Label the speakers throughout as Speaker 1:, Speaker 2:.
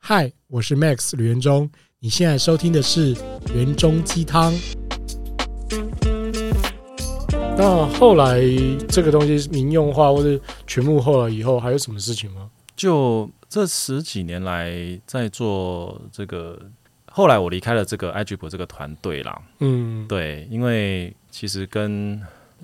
Speaker 1: 嗨，我是 Max 吕元忠，你现在收听的是《元中鸡汤》。那后来这个东西民用化或者全幕后了以后，还有什么事情吗？
Speaker 2: 就这十几年来在做这个，后来我离开了这个 iGP 这个团队啦，
Speaker 1: 嗯，
Speaker 2: 对，因为其实跟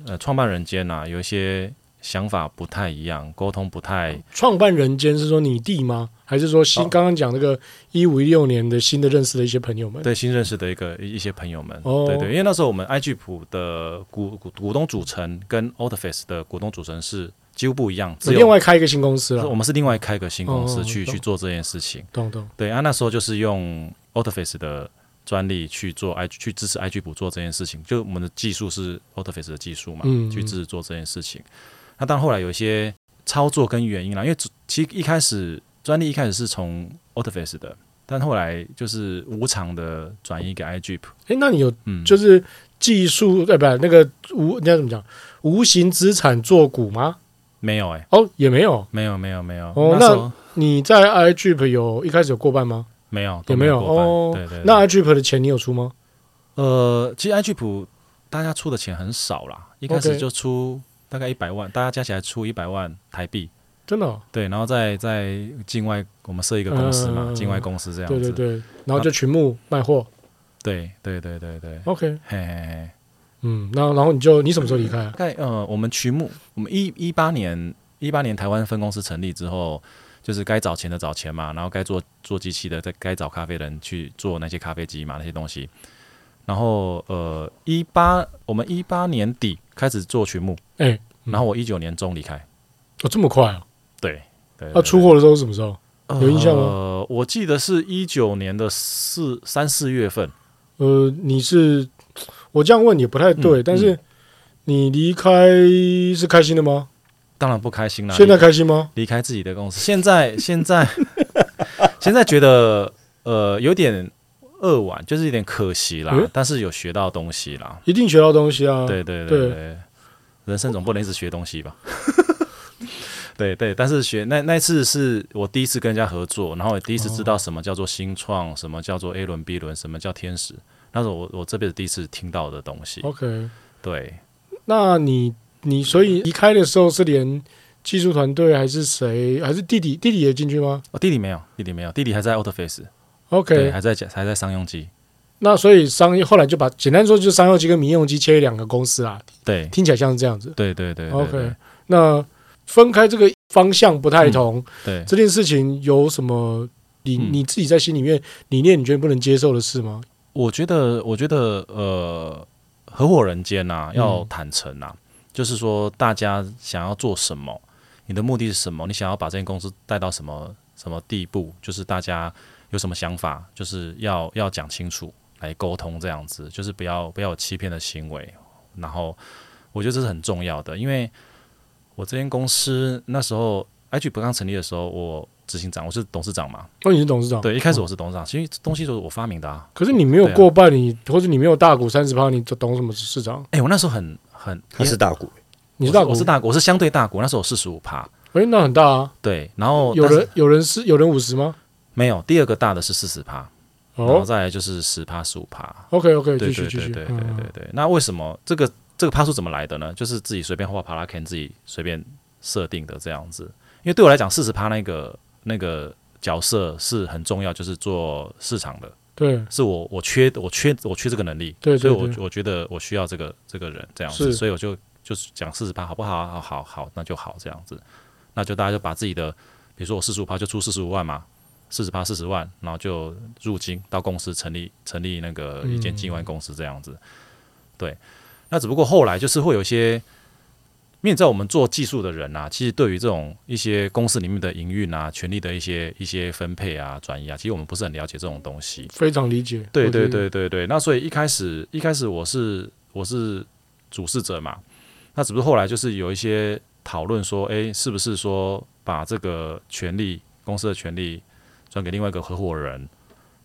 Speaker 2: 呃创办人间呐、有一些想法不太一样，沟通不太
Speaker 1: 创办人间是说你弟吗？还是说新
Speaker 2: 哦
Speaker 1: 刚刚讲那个一五一六年的新的认识的一些朋友们？，
Speaker 2: 对新认识的一个一一些朋友们，
Speaker 1: 哦
Speaker 2: 对对，因为那时候我们 IG 普的股股股东组成跟 o t f a c e 的股东组成是几乎不一样，只有
Speaker 1: 另外开一个新公司
Speaker 2: 是我
Speaker 1: 了，
Speaker 2: 们是另外开一个新公
Speaker 1: 哦
Speaker 2: 司去、
Speaker 1: 懂
Speaker 2: 去做这件事情。
Speaker 1: 懂懂，
Speaker 2: 对啊，那时候就是用 o t f a c e 的专利去做 IG 去支持 IG 补做这件事情，就我们的技术是 o t f a c e 的技术嘛，
Speaker 1: 嗯
Speaker 2: 去支持做这件事情。那但后来有一些操作跟原因啦，因为其实一开始专利一开始是从 o t f a c e 的，但后来就是无偿的转移给 IG，
Speaker 1: 诶，那你有
Speaker 2: 嗯，
Speaker 1: 就是技术呃对不那个无你要怎么讲？无形资产做股吗？
Speaker 2: 没有哎、
Speaker 1: 哦，也没有。
Speaker 2: 没有没有没有，
Speaker 1: 哦
Speaker 2: 时候
Speaker 1: 你在 iGP 有一开始有过半吗？
Speaker 2: 没有
Speaker 1: 也
Speaker 2: 都
Speaker 1: 没有
Speaker 2: 过半
Speaker 1: 哦。
Speaker 2: 对对对
Speaker 1: 那 iGP 的钱你有出吗？
Speaker 2: 呃，其实 IG 普大家出的钱很少啦，一开
Speaker 1: OK
Speaker 2: 始就出大概一百万，大家加起来出一百万台币，
Speaker 1: 真的哦、
Speaker 2: 对，然后再在境外我们设一个公司嘛，
Speaker 1: 嗯
Speaker 2: 境外公司这样
Speaker 1: 对
Speaker 2: 子，
Speaker 1: 对对。然后就群募卖货
Speaker 2: 对对对对对
Speaker 1: ，OK，
Speaker 2: 嘿嘿嘿，
Speaker 1: 嗯，那然后你就你什么时候离开、啊？
Speaker 2: 大概呃，我们曲目，我们一一八年一八年台湾分公司成立之后。就是该找钱的找钱嘛，然后该做做机器的，再该找咖啡的人去做那些咖啡机嘛，那些东西。然后呃，一八我们一八年底开始做曲目，
Speaker 1: 哎、嗯
Speaker 2: 然后我一九年中离开。
Speaker 1: 哦，这么快啊？
Speaker 2: 对对，
Speaker 1: 那、
Speaker 2: 对
Speaker 1: 出货的时候是什么时候？
Speaker 2: 对
Speaker 1: 有印象吗
Speaker 2: 呃，我记得是一九年的四三四月份，
Speaker 1: 呃，你是我这样问也不太对，
Speaker 2: 嗯
Speaker 1: 但是你离开是开心的吗？
Speaker 2: 当然不开心啦。
Speaker 1: 现在
Speaker 2: 离
Speaker 1: 开心吗？
Speaker 2: 离开自己的公司，现在 现在现在觉得呃有点扼腕，就是有点可惜啦，
Speaker 1: 嗯
Speaker 2: 但是有学到东西啦。
Speaker 1: 一定学到东西啊！
Speaker 2: 对对
Speaker 1: 对
Speaker 2: 对对，人生总不能一直学东西吧。 对对，但是学那那次是我第一次跟人家合作，然后也第一次知道什么叫做新创，什么叫做 A 轮、B 轮，什么叫天使，那是我我这辈子第一次听到的东西。
Speaker 1: ，OK。
Speaker 2: 对，
Speaker 1: 那你你所以离开的时候是连技术团队还是谁？还是弟弟？弟弟也进去吗
Speaker 2: 哦，弟弟没有，弟弟没有，弟弟还在 Autoface，对，
Speaker 1: ？OK，
Speaker 2: 还在还在商用机，
Speaker 1: 那所以商业后来就把简单说就是商用机跟民用机切两个公司啊，
Speaker 2: 对，
Speaker 1: 听起来像是这样子。
Speaker 2: 对对对
Speaker 1: OK
Speaker 2: 对对
Speaker 1: 那分开这个方向不太同，
Speaker 2: 对，
Speaker 1: 这件事情有什么你
Speaker 2: 嗯
Speaker 1: 你自己在心里面理念你觉得不能接受的事吗？
Speaker 2: 我觉得，我觉得，呃，合伙人间呐、要
Speaker 1: 嗯
Speaker 2: 坦诚呐、就是说大家想要做什么，你的目的是什么，你想要把这间公司带到什么什么地步，就是大家有什么想法，就是要要讲清楚来沟通，这样子，就是不要不要有欺骗的行为。然后，我觉得这是很重要的，因为我这间公司那时候 H 不刚成立的时候，我执行长，我是董事长嘛，
Speaker 1: 哦，你是董事长，
Speaker 2: 对，一开始我是董事长，其实东西都是我发明的啊。
Speaker 1: 可是你没有
Speaker 2: 对啊
Speaker 1: 过半，你或者你没有大股三十
Speaker 2: 啊
Speaker 1: 趴，你懂什么市长？
Speaker 2: 哎、我那时候很很，
Speaker 3: 他是大股，
Speaker 1: 你是
Speaker 2: 我
Speaker 1: 大股，
Speaker 2: 我是大股，我是相对大股，那时候四十五趴，
Speaker 1: 诶那很大啊。
Speaker 2: 对，然后
Speaker 1: 有
Speaker 2: 哦但是
Speaker 1: 人有人是有人五十吗？
Speaker 2: 没有？第二个大的是四十趴，然后
Speaker 1: 哦
Speaker 2: 再来就是十趴、十五趴，
Speaker 1: ，OK OK，
Speaker 2: 对
Speaker 1: 继续
Speaker 2: 对
Speaker 1: 继
Speaker 2: 对
Speaker 1: 续，
Speaker 2: 对对
Speaker 1: 嗯
Speaker 2: 对对。那为什么这个这个趴数怎么来的呢？就是自己随便画帕拉 can，自己随便设定的这样子。因为对我来讲，四十趴那个那个角色是很重要，就是做市场的，
Speaker 1: 对
Speaker 2: 是我我缺我缺我缺这个能力，
Speaker 1: 对对
Speaker 2: 所以我
Speaker 1: 对
Speaker 2: 我觉得我需要这个这个人这样
Speaker 1: 是
Speaker 2: 子，所以我就就是讲四十趴好不啊好？好好好，那就好这样子，那就大家就把自己的，比如说我四十五趴就出四十五万嘛，四十趴四十万，然后就入金到公司成立成立那个
Speaker 1: 嗯
Speaker 2: 一间境外公司这样子，对，那只不过后来就是会有一些。因为你知道我们做技术的人啊，其实对于这种一些公司里面的营运啊、权利的一些一些分配啊、转移啊，其实我们不是很了解这种东西。
Speaker 1: 非常理解。
Speaker 2: 对
Speaker 1: 我觉得，
Speaker 2: 对对对对，那所以一开始一开始我是我是主事者嘛，那只不过后来就是有一些讨论说，诶，是不是说把这个权利公司的权利转给另外一个合伙人，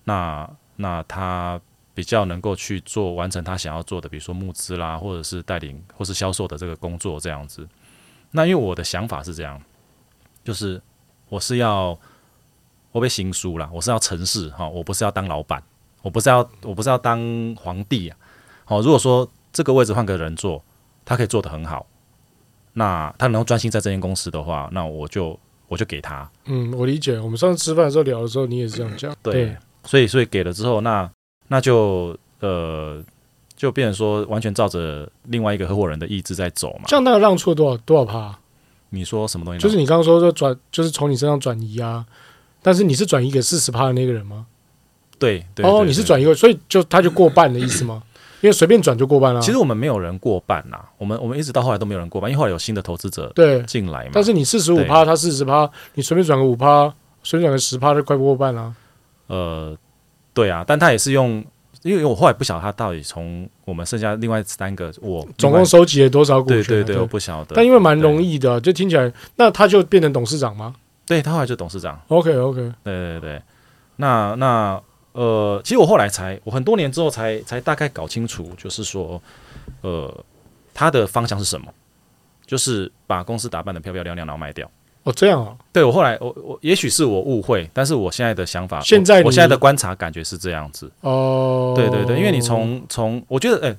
Speaker 2: 那那他比较能够去做完成他想要做的，比如说募资啦，或者是带领或是销售的这个工作这样子。那因为我的想法是这样，就是我是要我被行书啦，我是要成事哈、我不是要当老板，我不是要我不是要当皇帝啊。好、如果说这个位置换个人做，他可以做得很好，那他能够专心在这间公司的话，那我就我就给他。
Speaker 1: 嗯，我理解。我们上次吃饭的时候聊的时候，你也是这样讲。
Speaker 2: 对，所以所以给了之后，那那就呃就变成说完全照着另外一个合伙人的意志在走嘛。
Speaker 1: 这样大概让出了多少多少趴？
Speaker 2: 你说什么东西呢？
Speaker 1: 就是你刚刚说说转，就是从你身上转移啊。但是你是转移给四十趴的那个人吗？
Speaker 2: 对对
Speaker 1: 哦，
Speaker 2: 对
Speaker 1: 你是
Speaker 2: 对嗯
Speaker 1: 转移过，所以就他就过半的意思吗？因为随便转就过半啊了、
Speaker 2: 其实我们没有人过半啦，我们我们一直到后来都没有人过半，因为后来有新的投资者
Speaker 1: 对，
Speaker 2: 进来嘛。
Speaker 1: 但是你四十五趴，他四十趴，你随便转个五趴，随便转个十趴，就快过半了、啊
Speaker 2: 呃，对啊，但他也是用，因为我后来不晓得他到底从我们剩下另外三个我
Speaker 1: 总
Speaker 2: 另外
Speaker 1: 共收集了多少股权
Speaker 2: 对
Speaker 1: 啊？
Speaker 2: 对对，我不晓得。
Speaker 1: 但因为蛮容
Speaker 2: 易，
Speaker 1: 易的，就听起来，那他就变成董事长吗
Speaker 2: 对他后来就董事长，
Speaker 1: ？OK OK，
Speaker 2: 对对对。那那呃，其实我后来才，我很多年之后才才大概搞清楚，就是说，呃，他的方向是什么，就是把公司打扮的漂漂亮亮，然后卖掉。
Speaker 1: 哦，这样啊，
Speaker 2: 对我后来我我也许是我误会，但是我现在的想法，
Speaker 1: 现在
Speaker 2: 我
Speaker 1: 你
Speaker 2: 我现在的观察感觉是这样子。
Speaker 1: 哦，
Speaker 2: 对对对，因为你从从我觉得哎、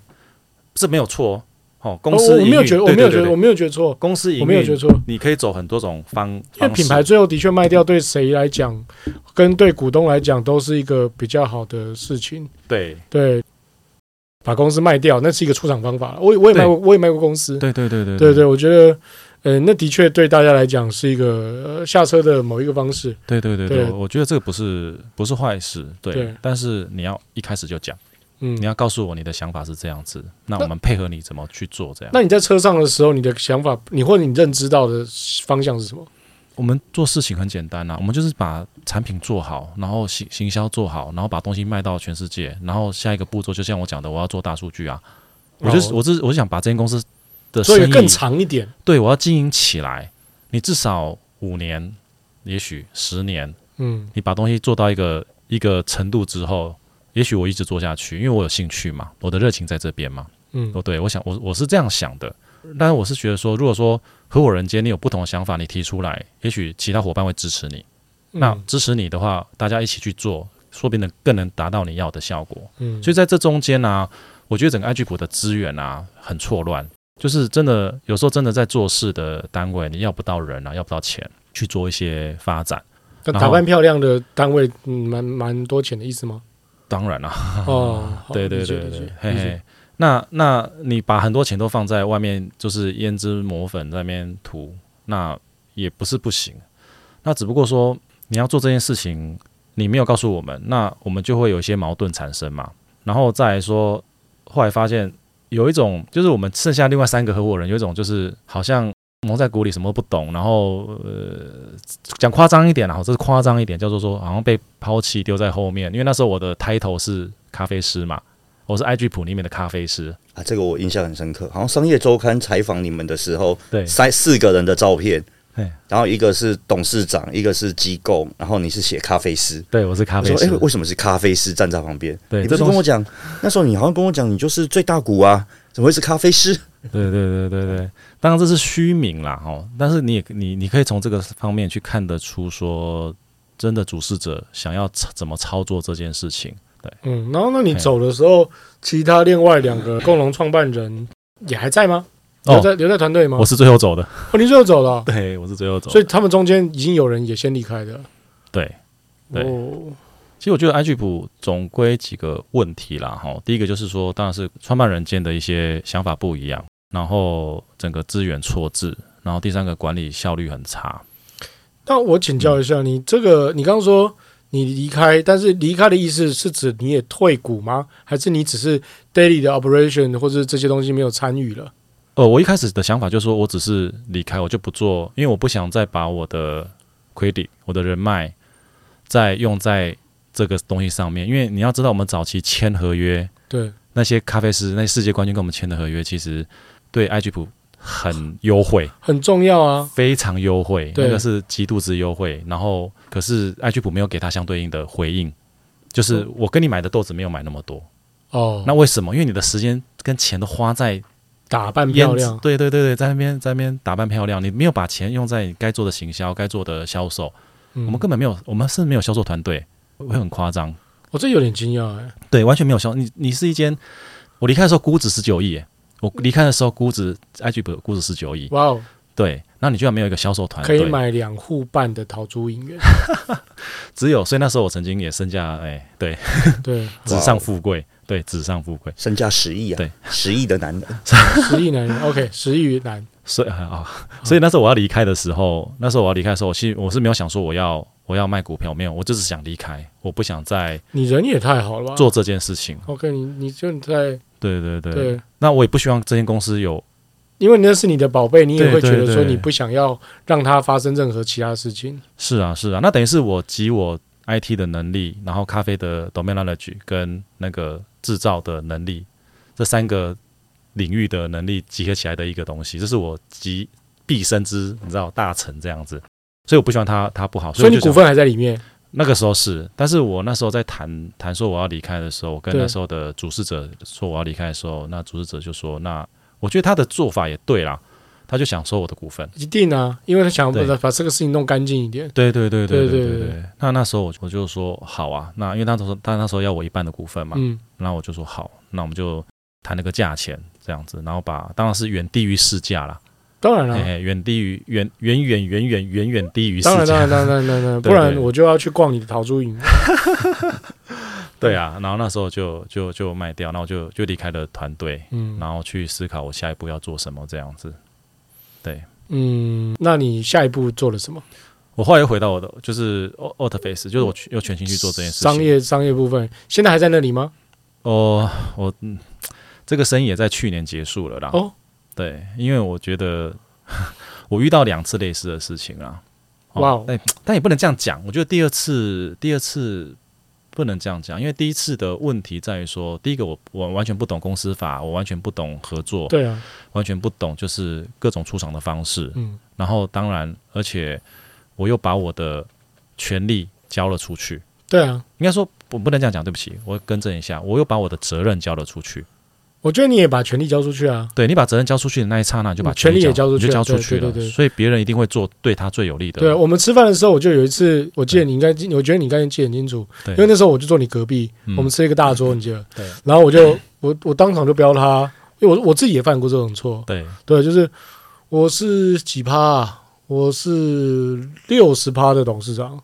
Speaker 2: 这没有错哦哦，
Speaker 1: 哦
Speaker 2: 公司、
Speaker 1: 我没有觉得，我没有觉
Speaker 2: 对对
Speaker 1: 得，
Speaker 2: 对
Speaker 1: 我没有觉得错，
Speaker 2: 公司营运
Speaker 1: 我没有觉得错，
Speaker 2: 你可以走很多种方
Speaker 1: 因为
Speaker 2: 方式
Speaker 1: 品牌最后的确卖掉，对谁来讲，跟对股东来讲，都是一个比较好的事情。
Speaker 2: 对
Speaker 1: 对，把公司卖掉，那是一个出场方法。我也我也卖过，我也卖过公司。
Speaker 2: 对对对对
Speaker 1: 对对，我觉得，呃，那的确对大家来讲是一个、呃下车的某一个方式。
Speaker 2: 对对对
Speaker 1: 对
Speaker 2: 我觉得这个不是不是坏事，对，
Speaker 1: 对
Speaker 2: 但是你要一开始就讲，
Speaker 1: 嗯
Speaker 2: 你，要告诉我你的想法是这样子，那我们配合你怎么去做这样。
Speaker 1: 那你在车上的时候，你的想法，你或者你认知到的方向是什么？
Speaker 2: 我们做事情很简单啊，我们就是把产品做好，然后行行销做好，然后把东西卖到全世界，然后下一个步骤就像我讲的，我要做大数据啊，我就是
Speaker 1: 哦
Speaker 2: 我就是我是想把这间公司的
Speaker 1: 做
Speaker 2: 生
Speaker 1: 一个
Speaker 2: 意
Speaker 1: 更长一点。
Speaker 2: 对我要经营起来，你至少五年，也许十年，
Speaker 1: 嗯
Speaker 2: 你把东西做到一个一个程度之后，也许我一直做下去，因为我有兴趣嘛，我的热情在这边嘛，
Speaker 1: 嗯
Speaker 2: 哦，对，我想我我是这样想的，但是我是觉得说，如果说合伙人间你有不同的想法，你提出来，也许其他伙伴会支持你。那
Speaker 1: 嗯
Speaker 2: 支持你的话，大家一起去做，说不定能更能达到你要的效果。
Speaker 1: 嗯，
Speaker 2: 所以在这中间呢、啊我觉得整个 IG 股的资源啊很错乱，就是真的有时候真的在做事的单位，你要不到人啊，要不到钱去做一些发展。
Speaker 1: 那
Speaker 2: 然
Speaker 1: 打
Speaker 2: 后
Speaker 1: 扮漂亮的单位，嗯，蛮蛮多钱的意思吗？
Speaker 2: 当然啦、啊
Speaker 1: 哦，好
Speaker 2: 对对
Speaker 1: 理解
Speaker 2: 对
Speaker 1: 理
Speaker 2: 对
Speaker 1: 解，
Speaker 2: 嘿
Speaker 1: 理
Speaker 2: 嘿
Speaker 1: 解。
Speaker 2: 那那你把很多钱都放在外面，就是胭脂抹粉在那边涂，那也不是不行。那只不过说你要做这件事情，你没有告诉我们，那我们就会有一些矛盾产生嘛。然后再来说，后来发现有一种就是我们剩下另外三个合伙人，有一种就是好像蒙在鼓里，什么都不懂，然后呃，讲夸张一点啦，啊这是夸张一点，叫做说好像被抛弃丢在后面。因为那时候我的 title 是咖啡师嘛，我是 IG 谱里面的咖啡师，
Speaker 3: 啊，这个我印象很深刻，好像《商业周刊》采访你们的时候，
Speaker 2: 对
Speaker 3: 三四个人的照片
Speaker 2: 哎，
Speaker 3: 然后一个是董事长，一个是机构，然后你是写咖啡师。
Speaker 2: 对，我是咖
Speaker 3: 我
Speaker 2: 啡
Speaker 3: 说：“哎、
Speaker 2: 师，
Speaker 3: 为什么是咖啡师站在旁边？
Speaker 2: 对
Speaker 3: 你不
Speaker 2: 这
Speaker 3: 是
Speaker 2: 东
Speaker 3: 跟
Speaker 2: 西
Speaker 3: 我讲，那时候你好像跟我讲，你就是最大股啊，怎么会是咖啡师？
Speaker 2: 对对对对对，当然这是虚名啦哦，但是你也你你可以从这个方面去看得出说，真的主事者想要操怎么操作这件事情。
Speaker 1: 嗯，然后那你走的时候，其他另外两个共同创办人也还在吗？留
Speaker 2: 哦，
Speaker 1: 在留在团队吗？
Speaker 2: 我是最后走的，
Speaker 1: 哦，你最后走了哦，
Speaker 2: 对，我是最后走的，
Speaker 1: 所以他们中间已经有人也先离开的。
Speaker 2: 对。对
Speaker 1: 哦，
Speaker 2: 其实我觉得 IG 普总归几个问题啦，哈。第一个就是说，当然是创办人间的一些想法不一样，然后整个资源错置，然后第三个管理效率很差。
Speaker 1: 那我请教一下，你这个你刚刚说你离开，但是离开的意思是指你也退股吗？还是你只是 daily 的 operation 或者这些东西没有参与了？
Speaker 2: 呃，我一开始的想法就是说我只是离开，我就不做，因为我不想再把我的 credit、我的人脉再用在这个东西上面，因为你要知道，我们早期签合约，
Speaker 1: 对，
Speaker 2: 那些咖啡师、那些世界冠军跟我们签的合约，其实对 IG 普很优惠。
Speaker 1: 很重要啊。
Speaker 2: 非常优惠，
Speaker 1: 对
Speaker 2: 那个是极度之优惠。然后，可是爱居普没有给他相对应的回应，就是我跟你买的豆子没有买那么多。
Speaker 1: 哦，
Speaker 2: 那为什么？因为你的时间跟钱都花在
Speaker 1: 打扮
Speaker 2: 腌
Speaker 1: 漂亮，
Speaker 2: 对对对对，在那边在那边打扮漂亮，你没有把钱用在你该做的行销、该做的销售。
Speaker 1: 嗯
Speaker 2: 我们根本没有，我们是没有销售团队，会很夸张。
Speaker 1: 我这有点惊讶哎，
Speaker 2: 对，完全没有销。你你是一间，我离开的时候估值十九亿耶，我离开的时候估值 IG 不估值十九亿，
Speaker 1: 哇哦，
Speaker 2: 对，那你居然没有一个销售团
Speaker 1: 可以
Speaker 2: 队，
Speaker 1: 买两户半的桃珠 影院，
Speaker 2: 只有所以那时候我曾经也身价哎，对，
Speaker 1: 对，
Speaker 2: 纸上富贵，对，纸上富贵，
Speaker 3: 身价十亿啊，
Speaker 2: 对，
Speaker 3: 十亿的男人，
Speaker 1: 十亿男人，OK，十亿男，
Speaker 2: 所以啊、所以那时候我要离开的时候，那时候我要离开的时候，我其实我是没有想说我要我要卖股票，没有，我就只是想离开，我不想再
Speaker 1: 你人也太好了吧？
Speaker 2: 做这件事情。
Speaker 1: OK，你你就在
Speaker 2: 对对对，
Speaker 1: 对，
Speaker 2: 那我也不希望这间公司有
Speaker 1: 因为那是你的宝贝，你也
Speaker 2: 对
Speaker 1: 会觉得
Speaker 2: 对
Speaker 1: 说
Speaker 2: 对
Speaker 1: 你不想要让它发生任何其他事情。
Speaker 2: 是啊是啊，那等于是我集我 IT 的能力，然后咖啡的 domain knowledge 跟那个制造的能力这三个领域的能力集合起来的一个东西，这是我集毕生之你知道大成这样子，所以我不希望它它不好，
Speaker 1: 所以
Speaker 2: 我
Speaker 1: 你
Speaker 2: 就想
Speaker 1: 股份还在里面，
Speaker 2: 那个时候是，但是我那时候在谈谈说我要离开的时候，我跟
Speaker 1: 对
Speaker 2: 那时候的主事者说我要离开的时候，那主事者就说，那我觉得他的做法也对啦，他就想收我的股份。
Speaker 1: 一定啊，因为他想
Speaker 2: 对
Speaker 1: 把把这个事情弄干净一点。
Speaker 2: 对对对对
Speaker 1: 对
Speaker 2: 对
Speaker 1: 对
Speaker 2: 对
Speaker 1: 对
Speaker 2: 对。那那时候我我就说好啊，那因为那时候他那时候要我一半的股份嘛，
Speaker 1: 嗯，
Speaker 2: 那我就说好，那我们就谈那个价钱这样子，然后把当然是远低于市价啦，
Speaker 1: 当然了、啊
Speaker 2: 哎、远低于远远远远远远远低于市
Speaker 1: 当然，当
Speaker 2: 价
Speaker 1: 然，。当然，当然，当然，不
Speaker 2: 对
Speaker 1: 然
Speaker 2: 对
Speaker 1: 我就要去逛你的桃珠影。
Speaker 2: 对啊，然后那时候就就就卖掉，然后就就离开了团队。
Speaker 1: 嗯
Speaker 2: 然后去思考我下一步要做什么这样子。
Speaker 1: 嗯，那你下一步做了什么？
Speaker 2: 我后来又回到我的就是 o u t f a c e 就是我去又全心去做这件事情。
Speaker 1: 商业商业部分现在还在那里吗？
Speaker 2: 哦，我嗯，这个生意也在去年结束了啦。
Speaker 1: 哦，
Speaker 2: 对，因为我觉得 我遇到两次类似的事情啦。
Speaker 1: 哇哦
Speaker 2: 但但也不能这样讲，我觉得第二次第二次不能这样讲，因为第一次的问题在于说，第一个我我完全不懂公司法，我完全不懂合作，
Speaker 1: 对啊，
Speaker 2: 完全不懂就是各种出场的方式，
Speaker 1: 嗯
Speaker 2: 然后当然，而且我又把我的权利交了出去。
Speaker 1: 对啊，
Speaker 2: 应该说，我不能这样讲，对不起，我更正一下，我又把我的责任交了出去。
Speaker 1: 我觉得你也把权力交出去啊。
Speaker 2: 对你把责任交出去的那一刹那，你就把
Speaker 1: 嗯权利也交
Speaker 2: 交
Speaker 1: 出去
Speaker 2: 你就交出
Speaker 1: 对
Speaker 2: 去
Speaker 1: 对
Speaker 2: 了。
Speaker 1: 对对
Speaker 2: 所以别人一定会做对他最有利的。
Speaker 1: 对，啊我们吃饭的时候，我就有一次，我记得你应该记，我觉得你应该记得很清楚，
Speaker 2: 对
Speaker 1: 因为那时候我就坐你隔壁，
Speaker 2: 嗯
Speaker 1: 我们吃一个大桌，你记得？
Speaker 2: 对。
Speaker 1: 然后我就我我当场就标他，因为我我自己也犯过这种错，
Speaker 2: 对
Speaker 1: 对，就是我是几趴、啊，我是六十趴的董事长，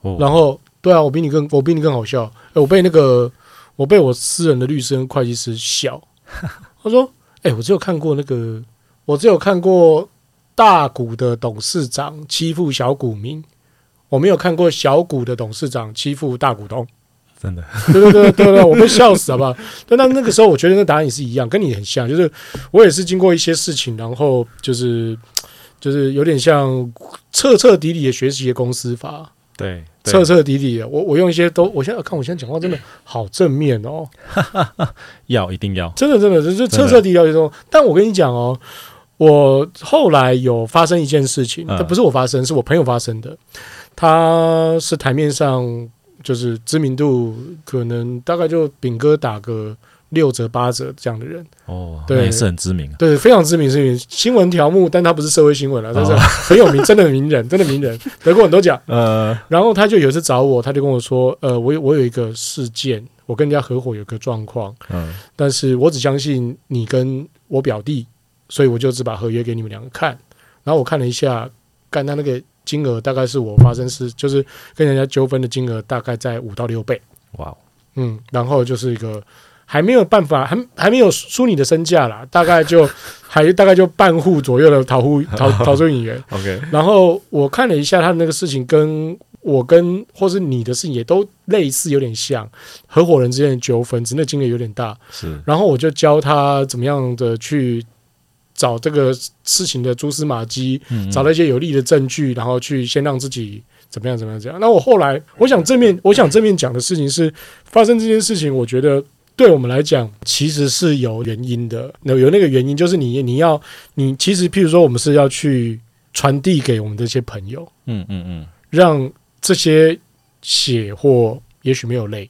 Speaker 2: 哦
Speaker 1: 然后对啊，我比你更我比你更好笑，哎我被那个我被我私人的律师跟会计师笑，他说：“哎、我只有看过那个，我只有看过大股的董事长欺负小股民。”我没有看过小股的董事长欺负大股东，
Speaker 2: 真的，
Speaker 1: 对对对对对，我被笑死好不好？但那那个时候，我觉得那答案也是一样，跟你很像，就是我也是经过一些事情，然后就是就是有点像彻彻底底的学习一些公司法，
Speaker 2: 对，对
Speaker 1: 彻彻底底的。我我用一些都，我现在看我现在讲话 真的好正面哦，
Speaker 2: 要一定要，
Speaker 1: 真的真的就是
Speaker 2: 真的
Speaker 1: 彻彻底底的这种。但我跟你讲哦，我后来有发生一件事情，
Speaker 2: 嗯
Speaker 1: 但不是我发生，是我朋友发生的。他是台面上就是知名度可能大概就饼哥打个六折八折这样的人，
Speaker 2: 哦，
Speaker 1: 对
Speaker 2: 那也是很知名啊。
Speaker 1: 对，非常知名是名新闻条目，但他不是社会新闻了，但是
Speaker 2: 哦
Speaker 1: 很有名，真的名人，真的名人，得过很多奖。
Speaker 2: 呃，
Speaker 1: 然后他就有一次找我，他就跟我说，呃，我有我有一个事件，我跟人家合伙有个状况，
Speaker 2: 嗯，
Speaker 1: 但是我只相信你跟我表弟，所以我就只把合约给你们两个看。然后我看了一下，干他那个金额大概是我发生事，就是跟人家纠纷的金额大概在五到六倍，
Speaker 2: 哇哦，
Speaker 1: 嗯，然后就是一个还没有办法，还还没有输你的身价啦，大概就还大概就半户左右的逃户逃逃出演员，
Speaker 2: ，OK，
Speaker 1: 然后我看了一下他的那个事情，跟我跟或是你的事情也都类似，有点像合伙人之间的纠纷，只是那金额有点大。
Speaker 2: 是，
Speaker 1: 然后我就教他怎么样的去找这个事情的蛛丝马迹，
Speaker 2: 嗯
Speaker 1: 找到一些有利的证据，然后去先让自己怎么样怎么样怎么样。那我后来我想正面，我想正面讲的事情是，发生这件事情，我觉得对我们来讲其实是有原因的。那有那个原因就是你你要你其实譬如说我们是要去传递给我们这些朋友，
Speaker 2: 嗯嗯嗯，
Speaker 1: 让这些血或也许没有泪，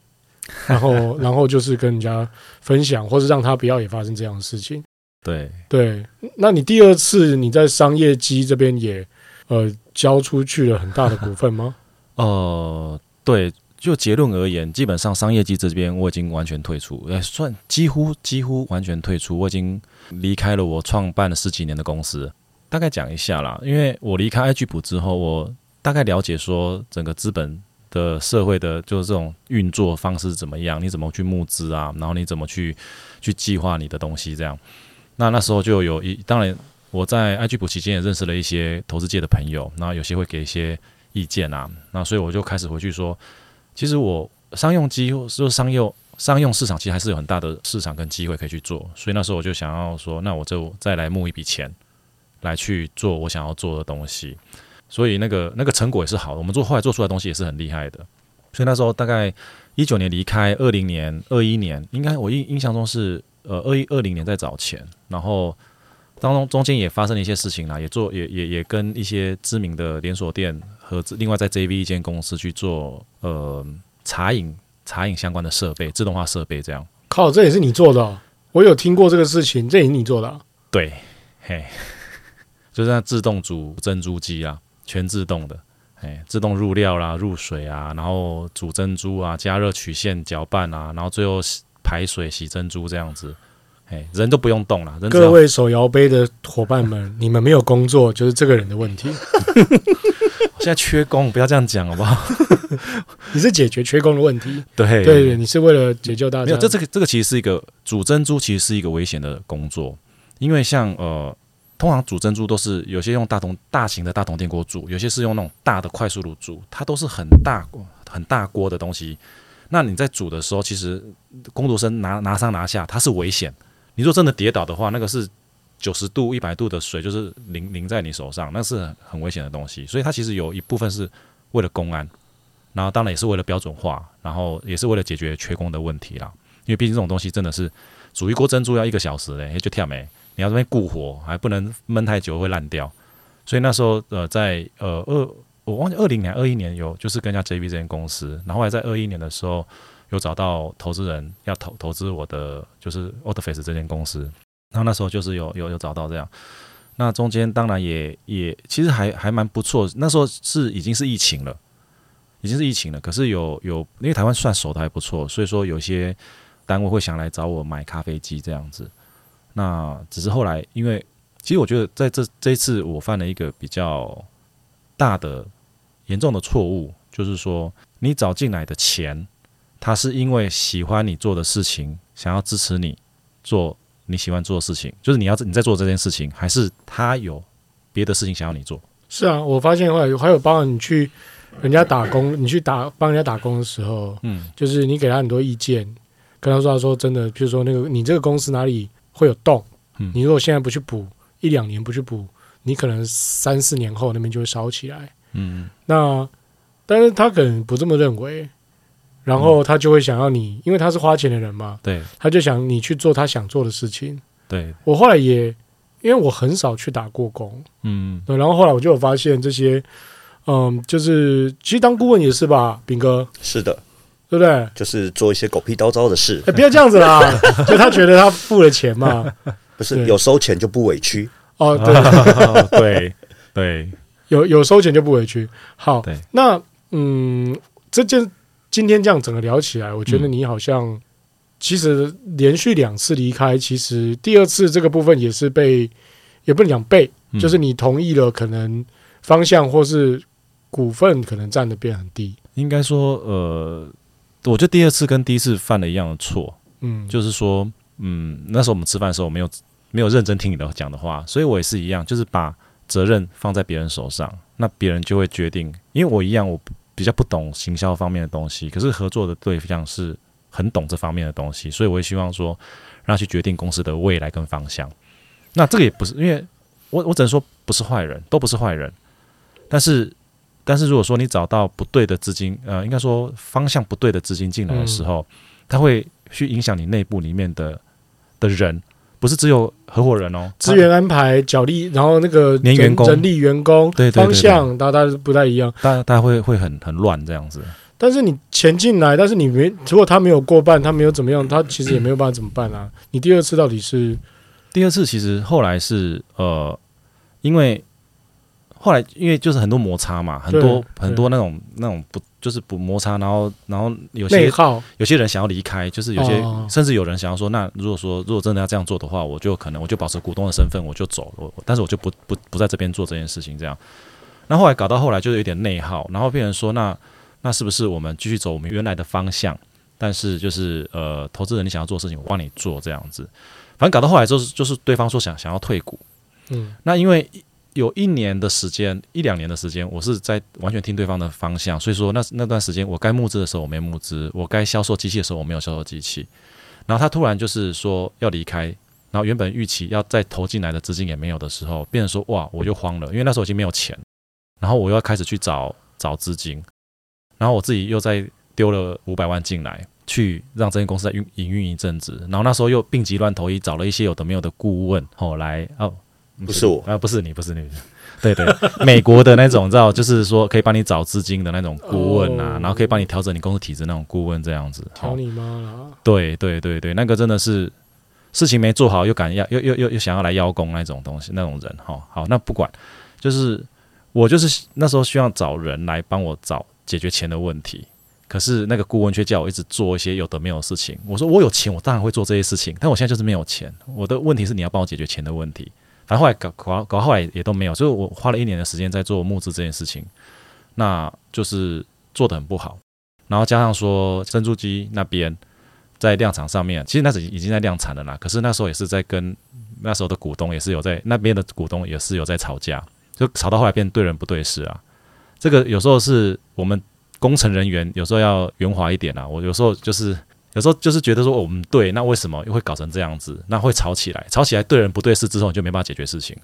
Speaker 1: 然后然后就是跟人家分享，或是让他不要也发生这样的事情。
Speaker 2: 对，
Speaker 1: 对，那你第二次你在商业机这边也呃交出去了很大的股份吗？
Speaker 2: 呃，对，就结论而言，基本上商业机制这边我已经完全退出，呃，算几乎几乎完全退出，我已经离开了我创办了十几年的公司。大概讲一下啦，因为我离开 IG 普之后，我大概了解说整个资本的社会的就是这种运作方式是怎么样，你怎么去募资啊，然后你怎么去去计划你的东西这样。那那时候就有一，当然我在 IG 普期间也认识了一些投资界的朋友，那有些会给一些意见啊，那所以我就开始回去说，其实我商用机就是商用商用市场，其实还是有很大的市场跟机会可以去做，所以那时候我就想要说，那我就再来募一笔钱，来去做我想要做的东西，所以那个那个成果也是好的，我们做后来做出来的东西也是很厉害的，所以那时候大概一九年离开，二零年、二一年，应该我印印象中是呃二一二零年在找钱，然后。当中中间也发生了一些事情啦，也做也也也跟一些知名的连锁店合资，另外在 JV 一间公司去做呃茶饮茶饮相关的设备，自动化设备这样。
Speaker 1: 靠，这也是你做的哦、我有听过这个事情，这也是你做的啊、
Speaker 2: 对，嘿， 就是那自动煮珍珠机啊，全自动的，哎，自动入料啦、入水啊，然后煮珍珠啊，加热曲线搅拌啊，然后最后洗排水洗珍珠这样子，哎，人都不用动啦，人只要
Speaker 1: 各位手摇杯的伙伴们，你们没有工作，就是这个人的问 题。
Speaker 2: 现在缺工，不要这样讲好不好？
Speaker 1: 你是解决缺工的问题，
Speaker 2: 对
Speaker 1: 对，你是为了解救大家。
Speaker 2: 没有，这这个这个其实是一个煮珍珠，其实是一个危险的工作，因为像呃，通常煮珍珠都是有些用大同大型的大同电锅煮，有些是用那种大的快速炉煮，它都是很大很大锅的东西。那你在煮的时候，其实工读生拿拿上拿下，它是危险。你若真的跌倒的话，那个是九十度、一百度的水，就是淋淋在你手上，那是很危险的东西。所以它其实有一部分是为了公安，然后当然也是为了标准化，然后也是为了解决缺工的问题啦。因为毕竟这种东西真的是煮一锅珍珠要一个小时嘞，就跳没，你要这边固火，还不能焖太久会烂掉。所以那时候呃，在呃二我忘记二零年、二一年有就是跟人家 JB 这间公司，然后后来在二一年的时候有找到投资人要投投资我的就是 o t f a c e 这间公司，然后那时候就是有有有找到这样。那中间当然也也其实还还蛮不错，那时候是已经是疫情了，已经是疫情了。可是有有因为台湾算熟的还不错，所以说有些单位会想来找我买咖啡机这样子。那只是后来，因为其实我觉得在这这一次我犯了一个比较大的严重的错误，就是说你找进来的钱，他是因为喜欢你做的事情，想要支持你做你喜欢做的事情，就是你要你在做这件事情，还是他有别的事情想要你做？
Speaker 1: 是啊，我发现后来有还有包括你去人家打工，你去打帮人家打工的时候，
Speaker 2: 嗯，
Speaker 1: 就是你给他很多意见，跟他说他说真的，譬如说那个你这个公司哪里会有洞，
Speaker 2: 嗯
Speaker 1: 你如果现在不去补，一两年不去补，你可能三四年后那边就会烧起来。
Speaker 2: 嗯，
Speaker 1: 那但是他可能不这么认为，然后他就会想要你，因为他是花钱的人嘛，
Speaker 2: 对
Speaker 1: 他就想你去做他想做的事情。
Speaker 2: 对，
Speaker 1: 我后来也因为我很少去打过工，
Speaker 2: 嗯
Speaker 1: 对，然后后来我就有发现这些，嗯，就是其实当顾问也是吧，炳哥，
Speaker 3: 是的，
Speaker 1: 对不对？
Speaker 3: 就是做一些狗屁叨叨的事，
Speaker 1: 哎，不要这样子啦，就他觉得他付了钱 嘛，
Speaker 3: 不
Speaker 1: 对
Speaker 3: 是有收钱就不委屈。
Speaker 1: 哦，对，
Speaker 2: 啊对对，
Speaker 1: 有有收钱就不委屈。好
Speaker 2: 对，
Speaker 1: 那嗯，这件今天这样整个聊起来，我觉得
Speaker 2: 嗯
Speaker 1: 你好像、其实连续两次离开，其实第二次这个部分也是被，也不能讲被，
Speaker 2: 嗯
Speaker 1: 就是你同意了可能方向或是股份可能占的变很低，
Speaker 2: 应该说，呃，我觉得第二次跟第一次犯了一样的错，
Speaker 1: 嗯，
Speaker 2: 就是说，嗯，那时候我们吃饭的时候没有没有认真听你的讲的话，所以我也是一样，就是把责任放在别人手上，那别人就会决定，因为我一样，我比较不懂行销方面的东西，可是合作的对象是很懂这方面的东西，所以我也希望说，让他去决定公司的未来跟方向。那这个也不是，因为我我只能说不是坏人，都不是坏人，但是。但是如果说你找到不对的资金，呃，应该说方向不对的资金进来的时候，它会去影响你内部里面的的人，不是只有合伙人哦，
Speaker 1: 资源安排、脚力，然后那个
Speaker 2: 连
Speaker 1: 人
Speaker 2: 员工
Speaker 1: 人力、员工
Speaker 2: 对对对
Speaker 1: 方向，大家不太一样。
Speaker 2: 大大家会会很很乱这样子。
Speaker 1: 但是你钱进来，但是你没，如果他没有过半，他没有怎么样，他其实也没有办法怎么办啊？
Speaker 2: 嗯
Speaker 1: 你第二次到底是
Speaker 2: 第二次其实后来是呃，因为后来因为就是很多摩擦嘛，很
Speaker 1: 对
Speaker 2: 多
Speaker 1: 对
Speaker 2: 很多那种那种不就是不摩擦，然后然后有
Speaker 1: 内
Speaker 2: 些
Speaker 1: 耗，
Speaker 2: 有些人想要离开，就是有些、
Speaker 1: 哦
Speaker 2: 甚至有人想要说，那如果说如果真的要这样做的话，我就可能我就保持股东的身份，我就走，我我但是我就不不不在这边做这件事情这样。那后来搞到后来就是有点内耗，然后变成说，那那是不是我们继续走我们原来的方向？但是就是呃，投资人你想要做的事情，我帮你做这样子。反正搞到后来就是就是对方说想想要退股，
Speaker 1: 嗯，
Speaker 2: 那因为有一年的时间，一两年的时间，我是在完全听对方的方向，所以说那那段时间我该募资的时候我没募资，我该销售机器的时候我没有销售机器。然后他突然就是说要离开，然后原本预期要再投进来的资金也没有的时候，变成说哇我就慌了，因为那时候已经没有钱，然后我又要开始去找找资金，然后我自己又再丢了五百万进来。去让这间公司再运营运一阵子，然后那时候又病急乱投医，找了一些有的没有的顾问，后、来哦，
Speaker 3: 不是我
Speaker 2: 啊，不是你，不是你，对对，美国的那种，你知道，就是说可以帮你找资金的那种顾问啊
Speaker 1: 哦
Speaker 2: 然后可以帮你调整你公司体制那种顾问这样子。
Speaker 1: 调你妈啦！
Speaker 2: 对对对对，那个真的是事情没做好，又敢要又又又又想要来邀功那种东西，那种人哈、好，那不管，就是我就是那时候需要找人来帮我找解决钱的问题，可是那个顾问却叫我一直做一些有的没有的事情。我说我有钱，我当然会做这些事情，但我现在就是没有钱。我的问题是你要帮我解决钱的问题。反正后来搞搞搞后来也都没有，所以我花了一年的时间在做募资这件事情，那就是做的很不好。然后加上说珍珠机那边在量产上面，其实那时已经在量产了啦。可是那时候也是在跟那时候的股东也是有在那边的股东也是有在吵架，就吵到后来变对人不对事啊。这个有时候是我们工程人员有时候要圆滑一点啊。我有时候就是有时候就是觉得说哦我们对，那为什么会搞成这样子？那会吵起来，吵起来对人不对事之后，你就没办法解决事情。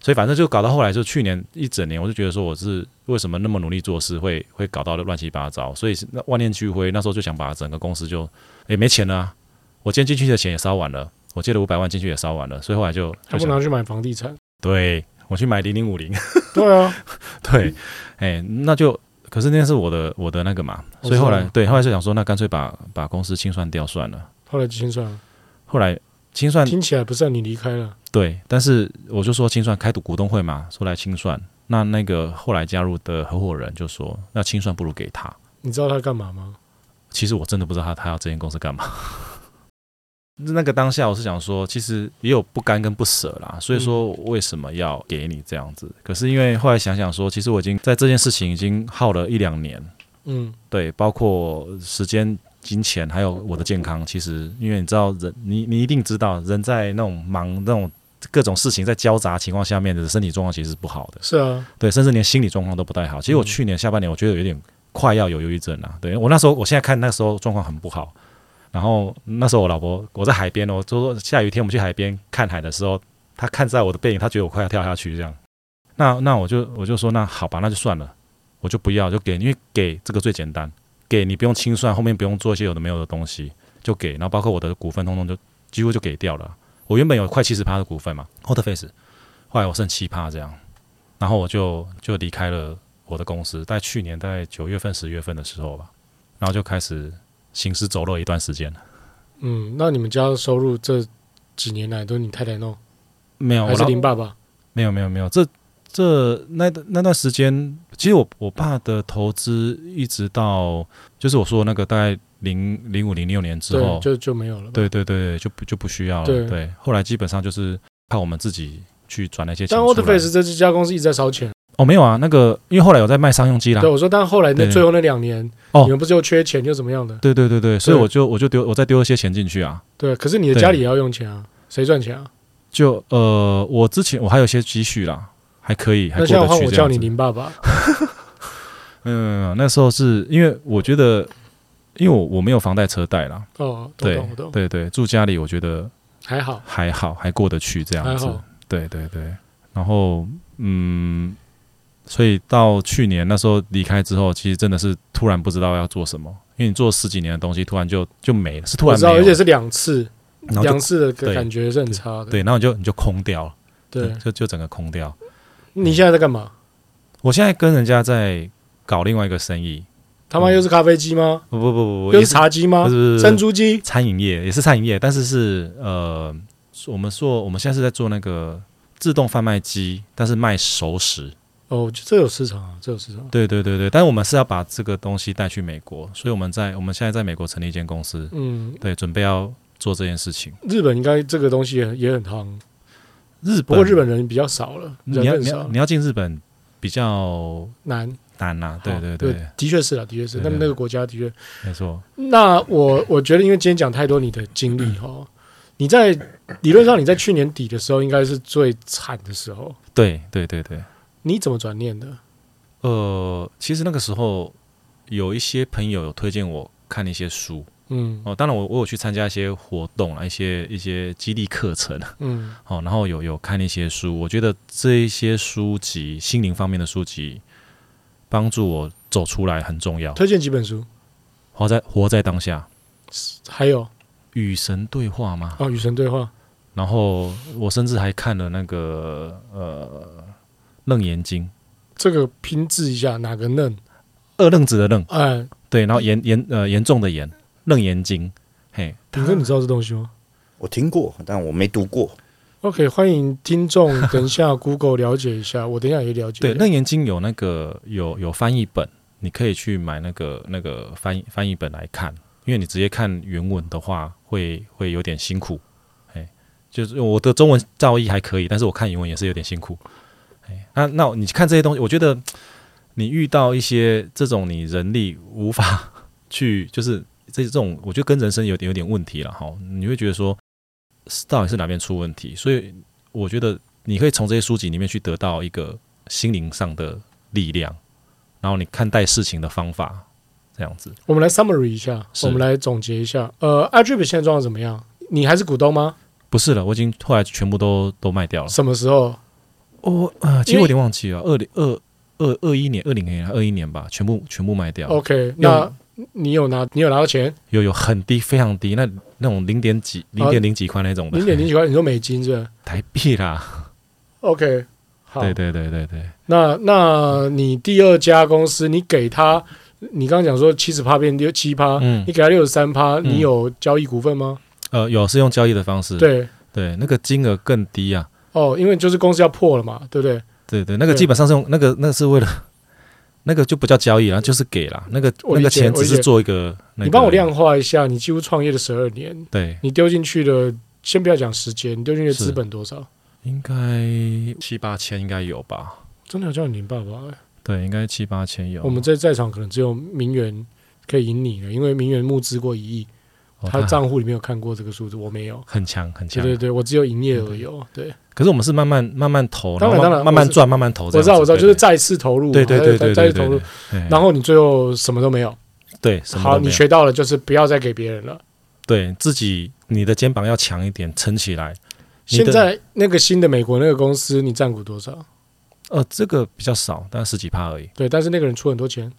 Speaker 2: 所以反正就搞到后来，就去年一整年，我就觉得说我是为什么那么努力做事会，会搞到乱七八糟。所以是那万念俱灰，那时候就想把整个公司就也、没钱了、啊，我今天进去的钱也烧完了，我借了五百万进去也烧完了，所以后来就
Speaker 1: 还不
Speaker 2: 就想
Speaker 1: 拿去买房地 产？
Speaker 2: 对我去买零零五零，
Speaker 1: 对啊，
Speaker 2: 对，哎、那就可是那是我的我的那个嘛，所以
Speaker 1: 嗯
Speaker 2: 后
Speaker 1: 我
Speaker 2: 来
Speaker 1: 知道
Speaker 2: 对后来就想说，那干脆把把公司清算掉算了。
Speaker 1: 后来就清算了，
Speaker 2: 后来清算
Speaker 1: 听起来不是让你离开了，
Speaker 2: 对，但是我就说清算开赌股东会嘛，说来清算。那那个后来加入的合伙人就说，那清算不如给他。
Speaker 1: 你知道他干嘛吗？
Speaker 2: 其实我真的不知道他他要这间公司干嘛。 那个当下我是想说，其实也有不甘跟不舍啦，所以说
Speaker 1: 嗯
Speaker 2: 为什么要给你这样子？可是因为后来想想说，其实我已经在这件事情已经耗了一两年，
Speaker 1: 嗯，
Speaker 2: 对，包括时间、金钱，还有我的健康。其实，因为你知道人，你你一定知道，人在那种忙、那种各种事情在交杂情况下面的身体状况其实是不好的，
Speaker 1: 是啊，
Speaker 2: 对，甚至连心理状况都不太好。其实我
Speaker 1: 嗯
Speaker 2: 去年下半年，我觉得有点快要有忧郁症了、啊对我那时候，我现在看那时候状况很不好。然后那时候我老婆，我在海边哦，就说下雨天我们去海边看海的时候，她看在我的背影，她觉得我快要跳下去这样。那那我就我就说那好吧，那就算了，我就不要就给，因为给这个最简单，给你不用清算，后面不用做一些有的没有的东西，就给。然后包括我的股份，通通就几乎就给掉了。我原本有快七十趴的股份嘛，Hot Face，后来我剩七趴这样，然后我就就离开了我的公司，在去年大概九月份、十月份的时候吧，然后就开始行尸走肉一段时间。
Speaker 1: 嗯，那你们家的收入这几年来都是你太太弄，
Speaker 2: 没有，
Speaker 1: 还
Speaker 2: 啊我
Speaker 1: 是
Speaker 2: 老
Speaker 1: 林爸爸？
Speaker 2: 没有没有没有，这这那那段时间，其实我我爸的投资一直到就是我说那个大概零零五零六年之后
Speaker 1: 对，，就就没有了。，
Speaker 2: 对对对，就不就不需要了。
Speaker 1: 对
Speaker 2: 对，后来基本上就是靠我们自己去转那些钱
Speaker 1: 但
Speaker 2: 出来。
Speaker 1: Waterface 这家公司一直在烧钱。
Speaker 2: 哦，没有啊，那个因为后来有在卖商用机啦
Speaker 1: 对，。我说，但后来
Speaker 2: 对
Speaker 1: 那
Speaker 2: 对
Speaker 1: 最后那两年，
Speaker 2: 哦
Speaker 1: 你们不是又缺钱又怎么样的？
Speaker 2: 对对对对，所以
Speaker 1: 对
Speaker 2: 我就我就丢我再丢一些钱进去啊。
Speaker 1: 对，可是你的
Speaker 2: 对
Speaker 1: 家里也要用钱啊，谁赚钱啊？
Speaker 2: 就呃，我之前我还有一些积蓄啦，还可以，还
Speaker 1: 那
Speaker 2: 过
Speaker 1: 现在
Speaker 2: 得
Speaker 1: 换
Speaker 2: 去
Speaker 1: 我
Speaker 2: 这
Speaker 1: 叫
Speaker 2: 样
Speaker 1: 你
Speaker 2: 子。
Speaker 1: 林爸爸，
Speaker 2: 嗯，那时候是因为我觉得，因为我我没有房贷车贷啦，
Speaker 1: 哦，我
Speaker 2: 对
Speaker 1: 懂我懂，
Speaker 2: 对对，住家里我觉得
Speaker 1: 还好，
Speaker 2: 还好，还过得去这
Speaker 1: 还
Speaker 2: 样子
Speaker 1: 好。
Speaker 2: 对对对，然后嗯，所以到去年那时候离开之后，其实真的是突然不知道要做什么，因为你做十几年的东西，突然就就没了，是突
Speaker 1: 我
Speaker 2: 然
Speaker 1: 知道，
Speaker 2: 没
Speaker 1: 而且
Speaker 2: 有，
Speaker 1: 是两次，
Speaker 2: 然后
Speaker 1: 两
Speaker 2: 就
Speaker 1: 次的
Speaker 2: 对
Speaker 1: 感觉是很差的。
Speaker 2: 对，然后你就你就空掉了，
Speaker 1: 对，
Speaker 2: 就就整个空掉。
Speaker 1: 你现在在干嘛？
Speaker 2: 我现在跟人家在搞另外一个生意，
Speaker 1: 他妈
Speaker 2: 嗯
Speaker 1: 又是咖啡机吗？
Speaker 2: 不不不不，
Speaker 1: 又
Speaker 2: 也
Speaker 1: 是茶几吗
Speaker 2: 不是？不是
Speaker 1: 珍珠机？
Speaker 2: 餐饮业也是餐饮业，但是是呃，我们做我们现在是在做那个自动贩卖机，但是卖熟食，
Speaker 1: 哦，这有市场啊，这有市场。
Speaker 2: 对对对对，但是我们是要把这个东西带去美国，所以我们在我们现在在美国成立一间公司，
Speaker 1: 嗯，
Speaker 2: 对，准备要做这件事情。
Speaker 1: 日本应该这个东西也很也很夯，
Speaker 2: 日本，
Speaker 1: 不过日本人比较少了，
Speaker 2: 你
Speaker 1: 人
Speaker 2: 要
Speaker 1: 更
Speaker 2: 你要
Speaker 1: 少啊
Speaker 2: 你，要进日本比较
Speaker 1: 难。
Speaker 2: 难啦、对
Speaker 1: 好
Speaker 2: 对对，，
Speaker 1: 的确是啦，的确是。
Speaker 2: 对对
Speaker 1: 他们那个国家的确。
Speaker 2: 没错。
Speaker 1: 那我我觉得，因为今天讲太多你的经历哦，你在理论上你在去年底的时候应该是最惨的时候，
Speaker 2: 对对对对，
Speaker 1: 你怎么转念的？
Speaker 2: 呃，其实那个时候有一些朋友有推荐我看一些书
Speaker 1: 嗯
Speaker 2: 哦，当然我我有去参加一些活动啊，一些一些激励课程
Speaker 1: 嗯
Speaker 2: 哦，然后有有看一些书，我觉得这一些书籍心灵方面的书籍帮助我走出来很重要，
Speaker 1: 推荐几本书，
Speaker 2: 活在活在当下，
Speaker 1: 还有
Speaker 2: 与神对话吗？
Speaker 1: 哦，《与神对话》
Speaker 2: 然后我甚至还看了那个呃《楞严经》，
Speaker 1: 这个拼字一下，哪个嫩？
Speaker 2: 二愣子的愣，
Speaker 1: 哎、
Speaker 2: 对，然后严严呃严重的严，《楞严经》，嘿，
Speaker 1: 鼎哥，你知道这东西吗
Speaker 3: 我听过，但我没读过。
Speaker 1: ？OK，欢迎听众，等一 下 Google 了解一下，我等一下也了解。
Speaker 2: 对，《楞严经》有那个有有翻译本，你可以去买那个那个翻译翻译本来看，因为你直接看原文的话会会有点辛苦，哎，就是我的中文造诣还可以，但是我看原文也是有点辛苦，哎，那那你看这些东西，我觉得你遇到一些这种你人力无法 去，就是这这种，我觉得跟人生有点有点问题了哈，你会觉得说是到底是哪边出问题，所以我觉得。你可以从这些书籍里面去得到一个心灵上的力量，然后你看待事情的方法，这样子。
Speaker 1: 我们来 summary 一下，
Speaker 2: 是
Speaker 1: 我们来总结一下。呃，iDrip 现在状况怎么样？你还是股东吗？
Speaker 2: 不是了，我已经后来全部都都卖掉了。
Speaker 1: 什么时候？
Speaker 2: 哦，啊，其
Speaker 1: 因
Speaker 2: 实
Speaker 1: 为
Speaker 2: 我有点忘记了，二零二二二一年、二零年、二一年吧，全部全部卖掉。
Speaker 1: OK，
Speaker 2: 哦用
Speaker 1: 那你有拿你有拿到 钱？
Speaker 2: 有有很低，非常低，那那种零点几、零点零几块那种
Speaker 1: 啊
Speaker 2: 的，
Speaker 1: 零点零几块，你说美金是吧
Speaker 2: 台币啦。
Speaker 1: ？OK，好。啊
Speaker 2: 对对对对对，
Speaker 1: 那那你第二家公司，你给他，你刚刚讲说七十趴变六七趴，
Speaker 2: 嗯
Speaker 1: 你给他六十三趴，
Speaker 2: 嗯
Speaker 1: 你有交易股份吗？
Speaker 2: 呃，有是用交易的方式，
Speaker 1: 对，
Speaker 2: 对，那个金额更低啊。
Speaker 1: 哦，因为就是公司要破了嘛，对不对？
Speaker 2: 对对，那个
Speaker 1: 对
Speaker 2: 基本上是用那个那个是为了。那个就不叫交易了，就是给了那个
Speaker 1: 我
Speaker 2: 那
Speaker 1: 理
Speaker 2: 个
Speaker 1: 解
Speaker 2: 钱，只
Speaker 1: 我理
Speaker 2: 是
Speaker 1: 解
Speaker 2: 做一个、那个。
Speaker 1: 你帮我量化一下，你几乎创业的十二年，
Speaker 2: 对，
Speaker 1: 你丢进去的，先不要讲时间，你丢进去的
Speaker 2: 是
Speaker 1: 资本多少？
Speaker 2: 应该七八千应该有吧？
Speaker 1: 真的要叫你林爸爸、欸？
Speaker 2: 对，应该七八千有。
Speaker 1: 我们在在场可能只有名媛可以赢你了，因为名媛募资过一亿，
Speaker 2: 哦
Speaker 1: 他账户里面有看过这个数字，我没有。
Speaker 2: 很强很
Speaker 1: 对
Speaker 2: 强，
Speaker 1: 对对，我只有营业额有。对，
Speaker 2: 可是我们是慢慢慢慢投，
Speaker 1: 当然
Speaker 2: 后慢
Speaker 1: 当然
Speaker 2: 慢慢
Speaker 1: 我知
Speaker 2: 赚，慢慢投
Speaker 1: 我
Speaker 2: 这样
Speaker 1: 知
Speaker 2: 子。
Speaker 1: 道我知道，
Speaker 2: 对
Speaker 1: 就是再次投入嘛，
Speaker 2: 对对对对
Speaker 1: 再
Speaker 2: 对
Speaker 1: 次投入
Speaker 2: 对，，对
Speaker 1: 然后你最后什么都没有。
Speaker 2: 对哎什么
Speaker 1: 好，
Speaker 2: 都没
Speaker 1: 你
Speaker 2: 有
Speaker 1: 学到了就是不要再给别人了。
Speaker 2: 对自己你的肩膀要强一点，撑起来。你的
Speaker 1: 现在那个新的美国那个公司，你占股多少？
Speaker 2: 呃，这个比较少，但十几趴而已。
Speaker 1: 对，但是那个人出很多钱。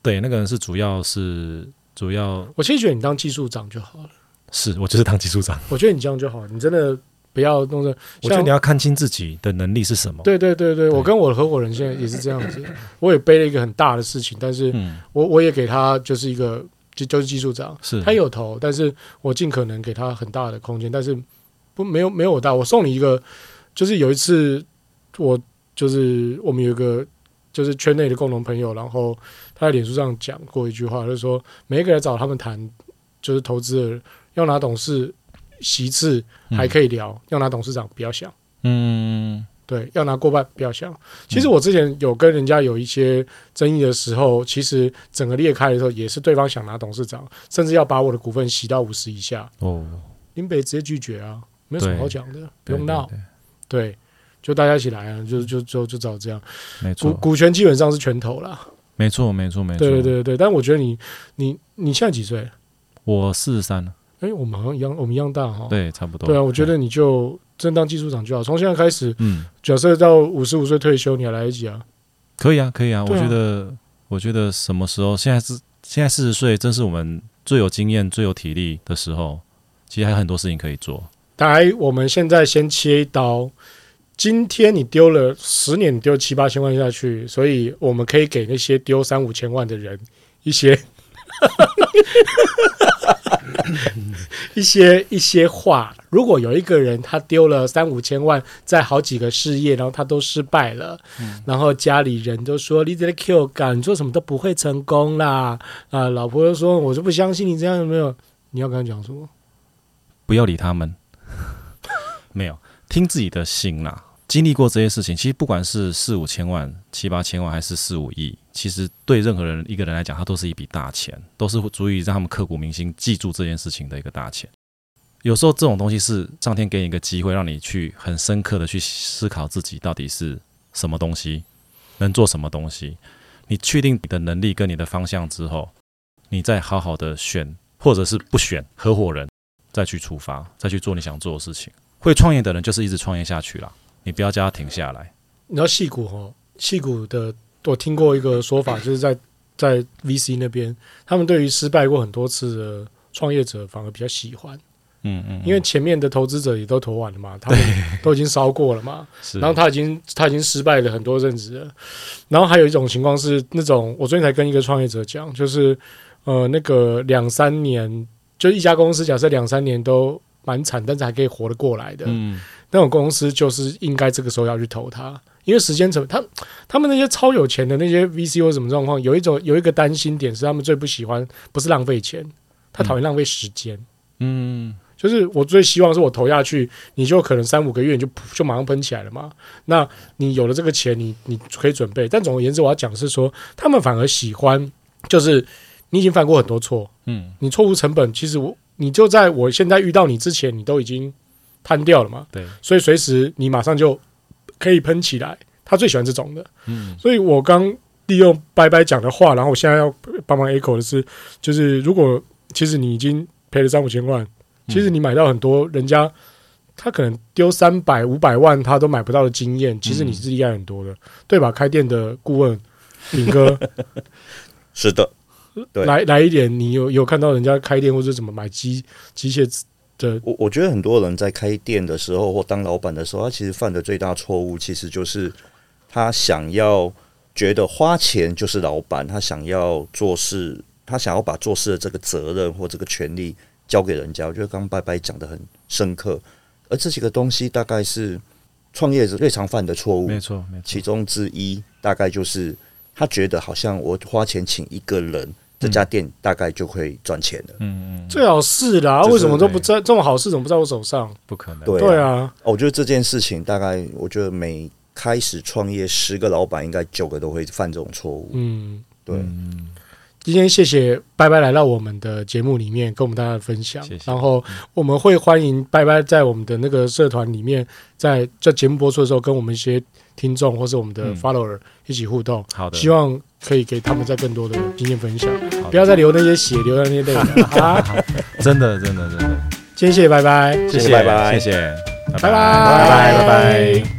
Speaker 2: 对，那个人是主要是主要
Speaker 1: 我其实觉得你当技术长就好了，
Speaker 2: 是我就是当技术长，
Speaker 1: 我觉得你这样就好了，你真的不要弄这。
Speaker 2: 我觉得
Speaker 1: 像
Speaker 2: 你要看清自己的能力是什么。，
Speaker 1: 对对对对，我跟我的合伙人现在也是这样子，我也背了一个很大的事情，但是
Speaker 2: 嗯，
Speaker 1: 我我也给他就是一个就就是技术长，
Speaker 2: 是
Speaker 1: 他有投，但是我尽可能给他很大的空间，但是不没有没有我大。我送你一个，就是有一次我就是我们有一个就是圈内的共同朋友，然后他在脸书上讲过一句话，就是说每一个来找他们谈就是投资的人要拿董事席次还可以聊，要拿董事长不要想。
Speaker 2: 嗯
Speaker 1: 对，要拿过半不要想。其实我之前有跟人家有一些争议的时候，其实整个裂开的时候，也是对方想拿董事长，甚至要把我的股份洗到五十以下，
Speaker 2: 哦，
Speaker 1: 林北直接拒绝啊，没有什么
Speaker 2: 对
Speaker 1: 好讲的，不
Speaker 2: 对
Speaker 1: 用
Speaker 2: 对
Speaker 1: 闹
Speaker 2: 对。嗯
Speaker 1: 对，就大家一起来啊，就就就就找这样。
Speaker 2: 没
Speaker 1: 股
Speaker 2: 错，
Speaker 1: 股权基本上是拳头啦，
Speaker 2: 没错，没错，没错。
Speaker 1: 对对，对对。但我觉得你你你现在几岁？
Speaker 2: 我四十三了，
Speaker 1: 哎，我们好像一样，我们一样大哈。
Speaker 2: 对，差不多。
Speaker 1: 对啊，我觉得你就正当技术长就好，从现在开始，
Speaker 2: 嗯，
Speaker 1: 假设到五十五岁退休，你还来得及啊。
Speaker 2: 可以啊，可以啊。我
Speaker 1: 对啊
Speaker 2: 觉得，我觉得什么时候？现在是现在四十岁，正是我们最有经验、最有体力的时候。其实还有很多事情可以做。
Speaker 1: 来，我们现在先切一刀。今天你丢了十年，你丢七八千万下去，所以我们可以给那些丢三五千万的人一些一些一些话。如果有一个人他丢了三五千万在好几个事业，然后他都失败了，然后家里人都说你这个 Q 感，你做什么都不会成功啦。啊，老婆又说我就不相信你这样有没有？你要跟他讲什么？
Speaker 2: 不要理他们。 没有，听自己的心啦。经历过这些事情，其实不管是四五千万、七八千万，还是四五亿，其实对任何人一个人来讲，它都是一笔大钱，都是足以让他们刻骨铭心记住这件事情的一个大钱。有时候这种东西是上天给你一个机会，让你去很深刻的去思考自己到底是什么东西，能做什么东西。你确定你的能力跟你的方向之后，你再好好的选，或者是不选合伙人，再去出发，再去做你想做的事情。会创业的人就是一直创业下去啦，你不要叫他停下来。
Speaker 1: 你知道戏骨哦，戏骨的我听过一个说法，就是在在 VC 那边，他们对于失败过很多次的创业者反而比较喜欢，
Speaker 2: 嗯嗯，
Speaker 1: 因为前面的投资者也都投完了嘛，他们都已经烧过了嘛，
Speaker 2: 是，
Speaker 1: 然后他已经他已经失败了很多阵子了。然后还有一种情况是那种，我最近才跟一个创业者讲，就是呃那个两三年，就一家公司假设两三年都蛮惨，但是还可以活得过来的，
Speaker 2: 嗯，
Speaker 1: 那种公司就是应该这个时候要去投它，因为时间成本，他他们那些超有钱的那些 VC 或什么状况，有一种有一个担心点是他们最不喜欢，不是浪费钱，他讨厌浪费时间。
Speaker 2: 嗯，
Speaker 1: 就是我最希望是我投下去，你就可能三五个月你就噗就马上喷起来了嘛。那你有了这个钱，你你可以准备。但总而言之，我要讲的是说，他们反而喜欢，就是你已经犯过很多错，
Speaker 2: 嗯，
Speaker 1: 你错误成本其实我你就在我现在遇到你之前，你都已经摊掉了嘛。
Speaker 2: 对，
Speaker 1: 所以随时你马上就可以喷起来。他最喜欢这种的，
Speaker 2: 嗯，
Speaker 1: 所以我刚利用拜拜讲的话，然后我现在要帮忙 echo 的是，就是如果其实你已经赔了三五千万，
Speaker 2: 嗯
Speaker 1: 其实你买到很多人家他可能丢三百五百万他都买不到的经
Speaker 2: 嗯
Speaker 1: 验，其实你是厉害很多的，对吧？开店的顾问敏哥
Speaker 3: 是的，对
Speaker 1: 来来一点，你有有看到人家开店或者怎么买机机械
Speaker 2: 嗯
Speaker 1: 的
Speaker 3: 我我觉得很多人在开店的时候或当老板的时候，他其实犯的最大错误，其实就是他想要觉得花钱就是老板，他想要做事，他想要把做事的这个责任或这个权利交给人家。我觉得刚刚拜拜讲的很深刻，而这几个东西大概是创业者最常犯的错误。
Speaker 2: 没错没错，
Speaker 3: 其中之一大概就是他觉得好像我花钱请一个人，这家店大概就会赚钱了。
Speaker 2: 嗯嗯，
Speaker 1: 最好是啦，
Speaker 2: 这是
Speaker 1: 为什么都不在这种好事怎么不在我手上？
Speaker 2: 不可能，
Speaker 3: 对
Speaker 1: 对啊，
Speaker 3: 哦我觉得这件事情大概，我觉得每开始创业十个老板应该九个都会犯这种错误。
Speaker 1: 嗯。
Speaker 3: 对，
Speaker 2: 嗯，
Speaker 1: 今天谢谢拜拜来到我们的节目里面跟我们大家的分享，
Speaker 2: 谢谢
Speaker 1: 然后我们会欢迎拜拜在我们的那个社团里面，在这节目播出的时候，跟我们一些听众或是我们的
Speaker 2: 嗯
Speaker 1: follower 一起互动，
Speaker 2: 好的，
Speaker 1: 希望可以给他们再更多的经验分享，
Speaker 2: 好的
Speaker 1: 不要再流那些血，流那些泪了 啊！
Speaker 2: 真的真的真的，
Speaker 1: 今天谢谢拜拜。
Speaker 3: 谢谢
Speaker 2: 谢，
Speaker 3: 拜拜
Speaker 2: 谢谢，拜
Speaker 1: 拜拜
Speaker 2: 拜拜拜。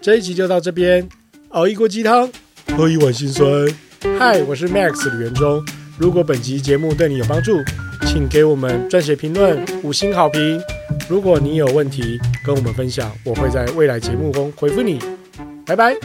Speaker 1: 这一集就到这边，熬一锅鸡汤，喝一碗辛酸。嗨，我是 Max 李元忠。如果本集节目对你有帮助，请给我们撰写评论、五星好评。如果你有问题跟我们分享，我会在未来节目中回复你。拜拜。